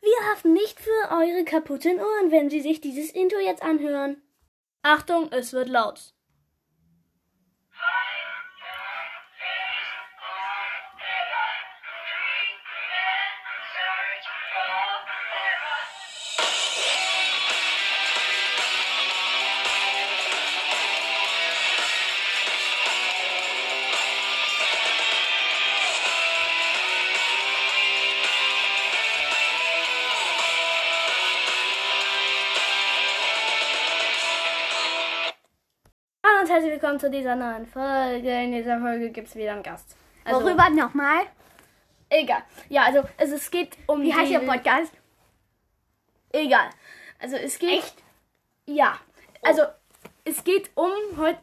Wir haften nicht für eure kaputten Ohren, wenn Sie sich dieses Intro jetzt anhören. Achtung, es wird laut. Hallo und herzlich willkommen zu dieser neuen Folge. In dieser Folge gibt es wieder einen Gast. Also, Worüber nochmal? Egal. Ja, also es, es geht um Wie heißt die- Ihr Podcast? Egal. Also es geht. Echt? Ja. Also es geht um heute.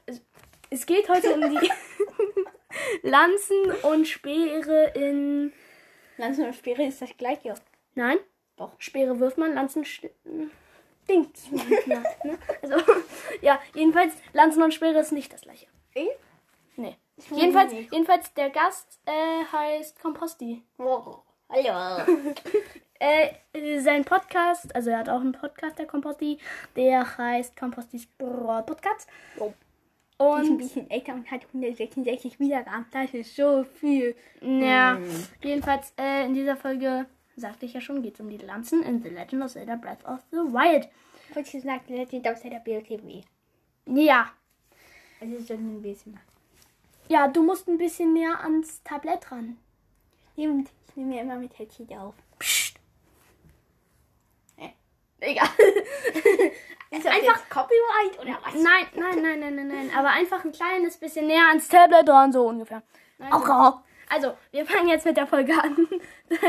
Es geht heute um die Lanzen und Speere in. Lanzen und Speere ist das gleiche. Nein? Doch. Speere wirft man, Lanzen. sch- Dingt. Ja, ne? Also, ja, jedenfalls, Lanzen und Speere ist nicht das gleiche. Echt? Nee. weiß Jedenfalls, nicht. jedenfalls, der Gast äh, heißt Komposti. Oh, hallo. Äh, äh, sein Podcast, also er hat auch einen Podcast, der Komposti, der heißt Kompostis Brawl Podcast. Jo. ist ein Und bisschen älter und hat 166 Wiedergaben. Das ist so viel. ja, jedenfalls äh, in dieser Folge, sagte ich ja schon, geht es um die Lanzen in The Legend of Zelda Breath of the Wild. Kurz gesagt, Legend of Zelda BOTW. Ja, Also so ein bisschen. ja, du musst ein bisschen näher ans Tablett ran. Stimmt, ich nehme ja immer mit Headset auf. Psst. Egal. ist das Einfach- jetzt Copyright oder was? Nein, nein, nein, nein, nein, nein, aber einfach ein kleines bisschen näher ans Tablet ran, so ungefähr. Nein, auch. Also, wir fangen jetzt mit der Folge an.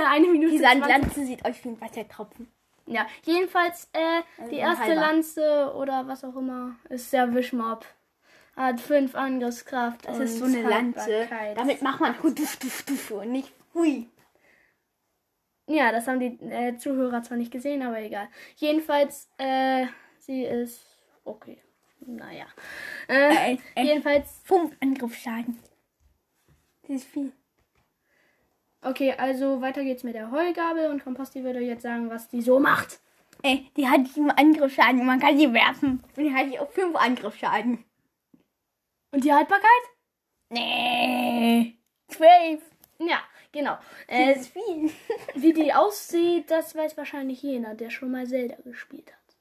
Eine Minute. Dieser 20. Lanze sieht euch wie ein Wassertropfen. Ja, jedenfalls äh, die Also ein erste halber. Lanze oder was auch immer ist der Wischmob. Hat fünf Angriffskraft. Das und ist so eine Lanze. Haltbarkeit. Damit macht man gut duf, duf, duf und nicht hui. ja, das haben die äh, Zuhörer zwar nicht gesehen, aber egal. Jedenfalls, äh, sie ist okay. Naja. Äh, Äh, äh. Jedenfalls, Fünf Angriffsschaden. Das ist viel. okay, also weiter geht's mit der Heugabel und Komposti würde jetzt sagen, was die so macht. Ey, die hat sieben Angriffsschaden und man kann sie werfen. Und die hat auch fünf Angriffsschaden. Und die Haltbarkeit? Nee. Zwölf. Ja, genau. Das Äh, ist viel. wie die aussieht, das weiß wahrscheinlich jeder, der schon mal Zelda gespielt hat.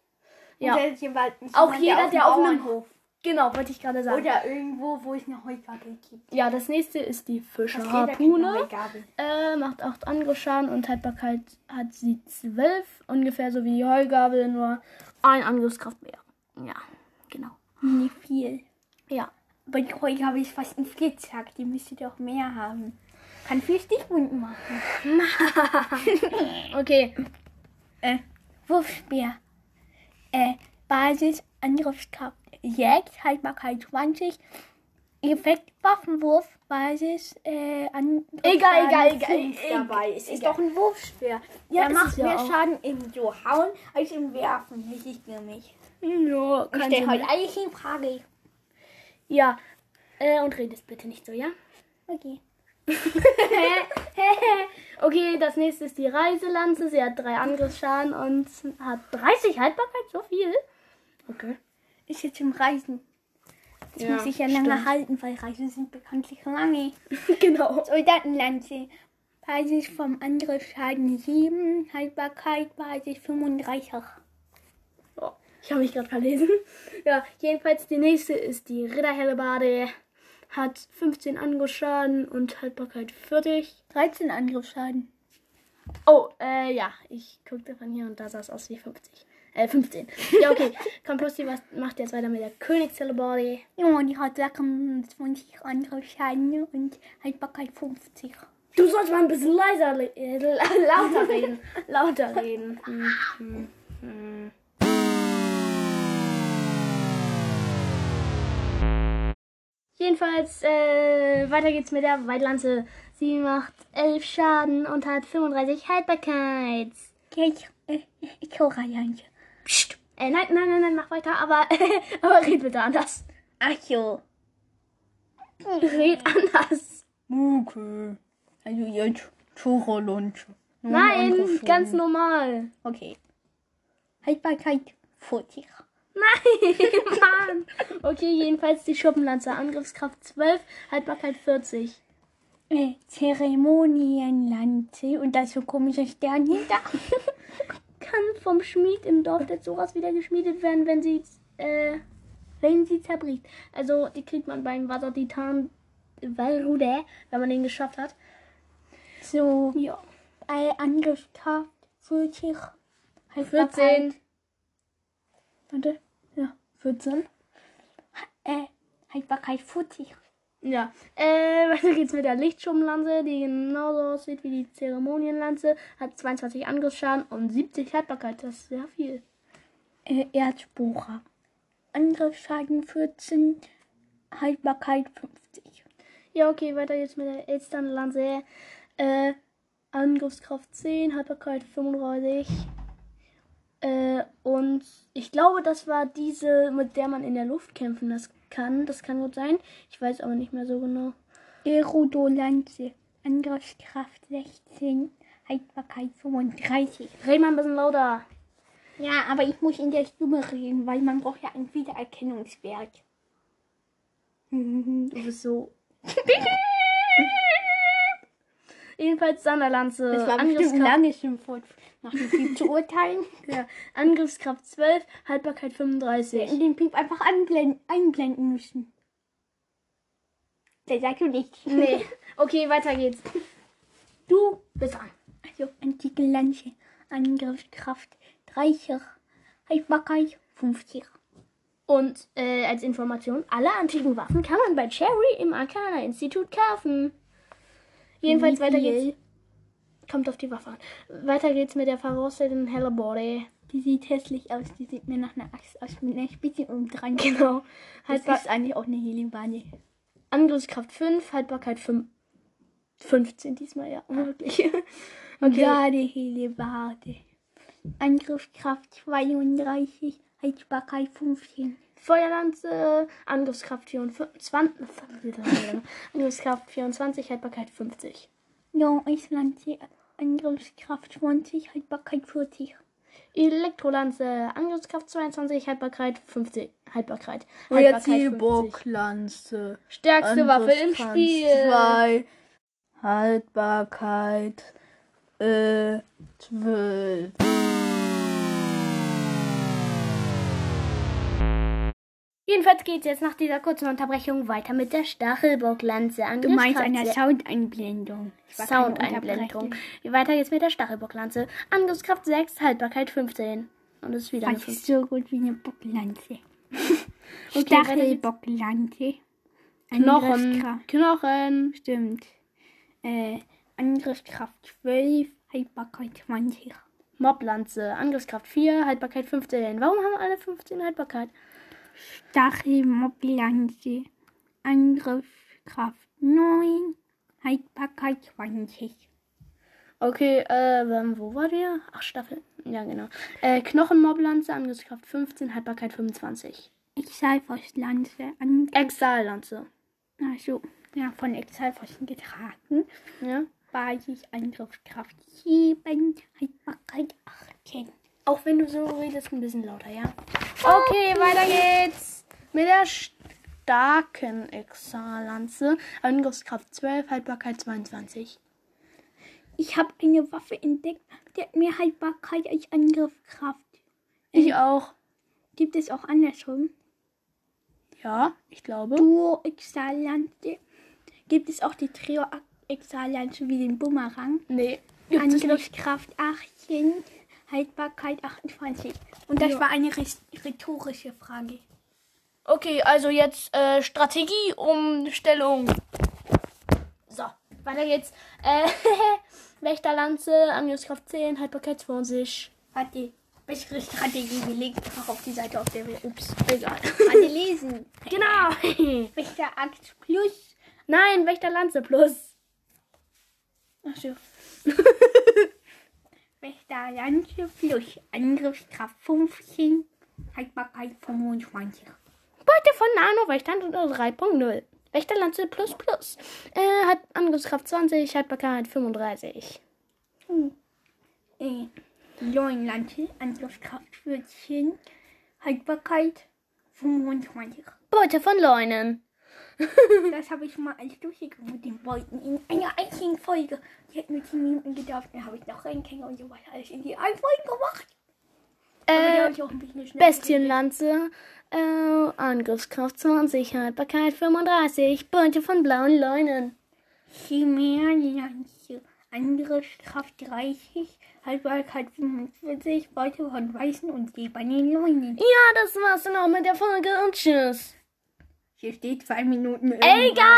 Ja. Oder jemand, jemand, Auch jeder, der auf dem einem- Bauernhof Genau, wollte ich gerade sagen. Oder irgendwo, wo es eine Heugabel gibt. ja, das nächste ist die Dass jeder kriegt eine Fischerharpune. Heugabel. Äh, macht 8 Angriffsschaden und Haltbarkeit hat sie 12. Ungefähr so wie die Heugabel, nur ein Angriffskraft mehr. Ja, genau. Nicht viel. Ja. Aber die Heugabel ist fast ein Flitzhack. Die müsste doch mehr haben. Kann viel Stichwunden machen. Okay. Äh, Wurfspeer. Äh, Basis, Angriffskraft halt 6, Haltbarkeit 20. Effekt, Waffenwurf, Basis, äh, Angriffskraft Egal, egal, egal, fünf egal, dabei. Es ist egal. doch ein Wurfspeer. Ja, ist Ja, Der es macht ja mehr auch. Schaden im so Hauen als im Werfen, richtig für mich. Ja, Ich halt stelle halt heute alles in Frage. Ja. Äh, und redest bitte nicht so, ja? Okay. okay, das nächste ist die Reiselanze. Sie hat drei Angriffsschaden und hat 30 Haltbarkeit, so viel. Okay. Ist jetzt im Reisen. Das Ja, muss ich ja lange stimmt. halten, weil Reisen sind bekanntlich lange. genau. Soldatenlanze. Basis vom Angriffsschaden 7, Haltbarkeit Basis 35. Oh, ich habe mich gerade verlesen. Ja, jedenfalls die nächste ist die Ritterhellebade. Hat 15 Angriffsschaden und Haltbarkeit 40. 13 Angriffsschaden. Oh, äh, ja, ich guckte von hier und da sah es aus wie 50. Äh, 15. Ja, okay. Komposti was- macht jetzt weiter mit der Königshellebade. Ja, die hat Sachen 20 Angriffsschaden und Haltbarkeit 50. Du sollst mal ein bisschen leiser, le- äh, la- lauter reden. lauter reden. Hm, hm, hm. Jedenfalls, äh, weiter geht's mit der Weitlanze. Sie macht 11 Schaden und hat 35 Haltbarkeit. Ich, äh, ich höre Lanze. Psst. Äh, nein, nein, nein, nein, mach weiter, aber, aber red bitte anders. Ach so. Red anders. Okay. Also jetzt Schorolanze. Nur Nein, ein Mikrofon. ganz normal. Okay. Haltbarkeit 40. Nein, Mann. Okay, jedenfalls die Schuppenlanze. Angriffskraft 12, Haltbarkeit 40. Äh, Zeremonienlanze und da ist so ein komischer Stern hinter. Kann vom Schmied im Dorf der Zoras wieder geschmiedet werden, wenn sie, äh, wenn sie zerbricht. Also, die kriegt man beim Wassertitan Valrude, wenn man den geschafft hat. so, Ja. all Angriffskraft 40. Haltbarkeit- 14. Warte, ja, 14. Äh, Haltbarkeit 40. Ja, äh, weiter geht's mit der Lichtschuppenlanze, die genauso aussieht wie die Zeremonienlanze, hat 22 Angriffsschaden und 70 Haltbarkeit, das ist sehr viel. Äh, Erzbohrer. Angriffsschaden halt 14, Haltbarkeit 50. Ja, okay, weiter geht's mit der Elsternlanze, äh, Angriffskraft 10, Haltbarkeit 35, äh, und ich glaube, das war diese, mit der man in der Luft kämpfen das kann, das kann gut sein, ich weiß aber nicht mehr so genau. Erodolanze. Angriffskraft halt 16, Haltbarkeit 35. Red mal ein bisschen lauter. Ja, aber ich muss in der Stimme reden, weil man braucht ja einen Wiedererkennungswert. Mhm. Du bist so. Jedenfalls Sanderlanze. Das war bestimmt Angriffskraft, ein langes Äh, Schimpfwort. Nach dem Piep zu urteilen. ja. Angriffskraft 12, Haltbarkeit Wir 35. hätten den Piep einfach anblenden, einblenden müssen. Der sagt ja nichts. Nee. Okay, weiter geht's. Du bist an. Also, antike Lanze. Angriffskraft 30. Haltbarkeit 50. Und äh, als Information, alle antiken Waffen kann man bei Cherry im Arcana-Institut kaufen. Jedenfalls Wie weiter viel? geht's. Kommt auf die Waffe an. Weiter geht's mit der verrosteten Hellebore. Die sieht hässlich aus. Die sieht mir nach einer Axt aus mit einer Spitze oben dran. Genau. Das Haltbar ist eigentlich auch eine Helimbane. Angriffskraft 5, Haltbarkeit 5. 15 diesmal, ja, unmöglich. Okay. Gerade Helebade. Angriffskraft 32. Haltbarkeit 15. Feuerlanze, Angriffskraft 24, Angriffskraft 24, Haltbarkeit 50. Ja, Eislanze. Angriffskraft 20. Haltbarkeit 40. Elektrolanze, Angriffskraft 22, Haltbarkeit 50, Haltbarkeit. Oh, Und Haltbarkeit jetzt die 50. Burglanze. Stärkste Waffe im Angriffskraft Spiel. Zwei. Haltbarkeit. Äh, zwölf. Jedenfalls geht's jetzt nach dieser kurzen Unterbrechung weiter mit der Stachelbocklanze. Du meinst Angriffskraft eine sehr- Soundeinblendung. Es war keine Soundeinblendung. Unterbrechung. Weiter geht's mit der Stachelbocklanze. Angriffskraft 6, Haltbarkeit 15. Und es ist wieder eine Das 15. ist so gut wie eine Bocklanze. weiter Stachelbocklanze. Knochen. Angriffskraft- Knochen. Stimmt. Äh, Angriffskraft 12, Haltbarkeit 20. Moblanze. Angriffskraft 4, Haltbarkeit 15. Warum haben alle 15 Haltbarkeit? Stachelmobilanze. Angriffskraft 9, Haltbarkeit 20. Okay, äh, ähm, wo war der? Ach, Staffel. Ja, genau. Äh, Knochenmoblanze. Angriffskraft 15, Haltbarkeit 25. Exalfoslanze. An Exallanze. also, ja, von Exalfossen getragen. Ja. Basis Angriffskraft 7, Haltbarkeit 18. Auch wenn du so redest, ein bisschen lauter, ja? Okay, weiter geht's. Mit der starken Exallanze. Angriffskraft 12, Haltbarkeit 22. Ich habe eine Waffe entdeckt, die hat mehr Haltbarkeit als Angriffskraft. Ich auch. Gibt es auch andersrum? Ja, ich glaube. Duo Exalante. Gibt es auch die Trio Exalante wie den Bumerang? Nee. Gibt's nicht. Angriffskraft 18, Haltbarkeit 28. Und das war eine rhet- rhetorische Frage. Okay, also jetzt äh, Strategieumstellung. So, weiter geht's. Äh, Wächterlanze, Angriffskraft 10, Haltbarkeit 20. Hat die bessere Strategie gelegt auch auf die Seite, auf der wir ups, Egal. alle lesen. genau. Wächter Axt plus. Nein, Wächterlanze plus. Achso. Wächter Lanze plus. Angriffskraft 15, Haltbarkeit 25. Beute von Nano Wächtern 3.0. Wächterlanze plus plus. Äh, hat Angriffskraft 20, Haltbarkeit 35. äh, neuen Lanze, Angriffskraft 14, Haltbarkeit 25. Beute von Leunen. Das habe ich mal als durchgegangen mit den Beuten in einer einzigen Folge. Die hat nur 10 Minuten gedauert, dann habe ich noch Rennkänger und so weiter alles in die einen Folge gemacht. Aber die Äh, habe ich auch ein bisschen schneller. Bestienlanze. Äh, Angriffskraft 20, Haltbarkeit 35, Beute von blauen Leunen. Chimärenlanze, Angriffskraft 30, Haltbarkeit 45, halt Beute von weißen und silbernen Leunen. Ja, das war's dann auch mit der Folge und tschüss. Hier steht 2 Minuten. Egal!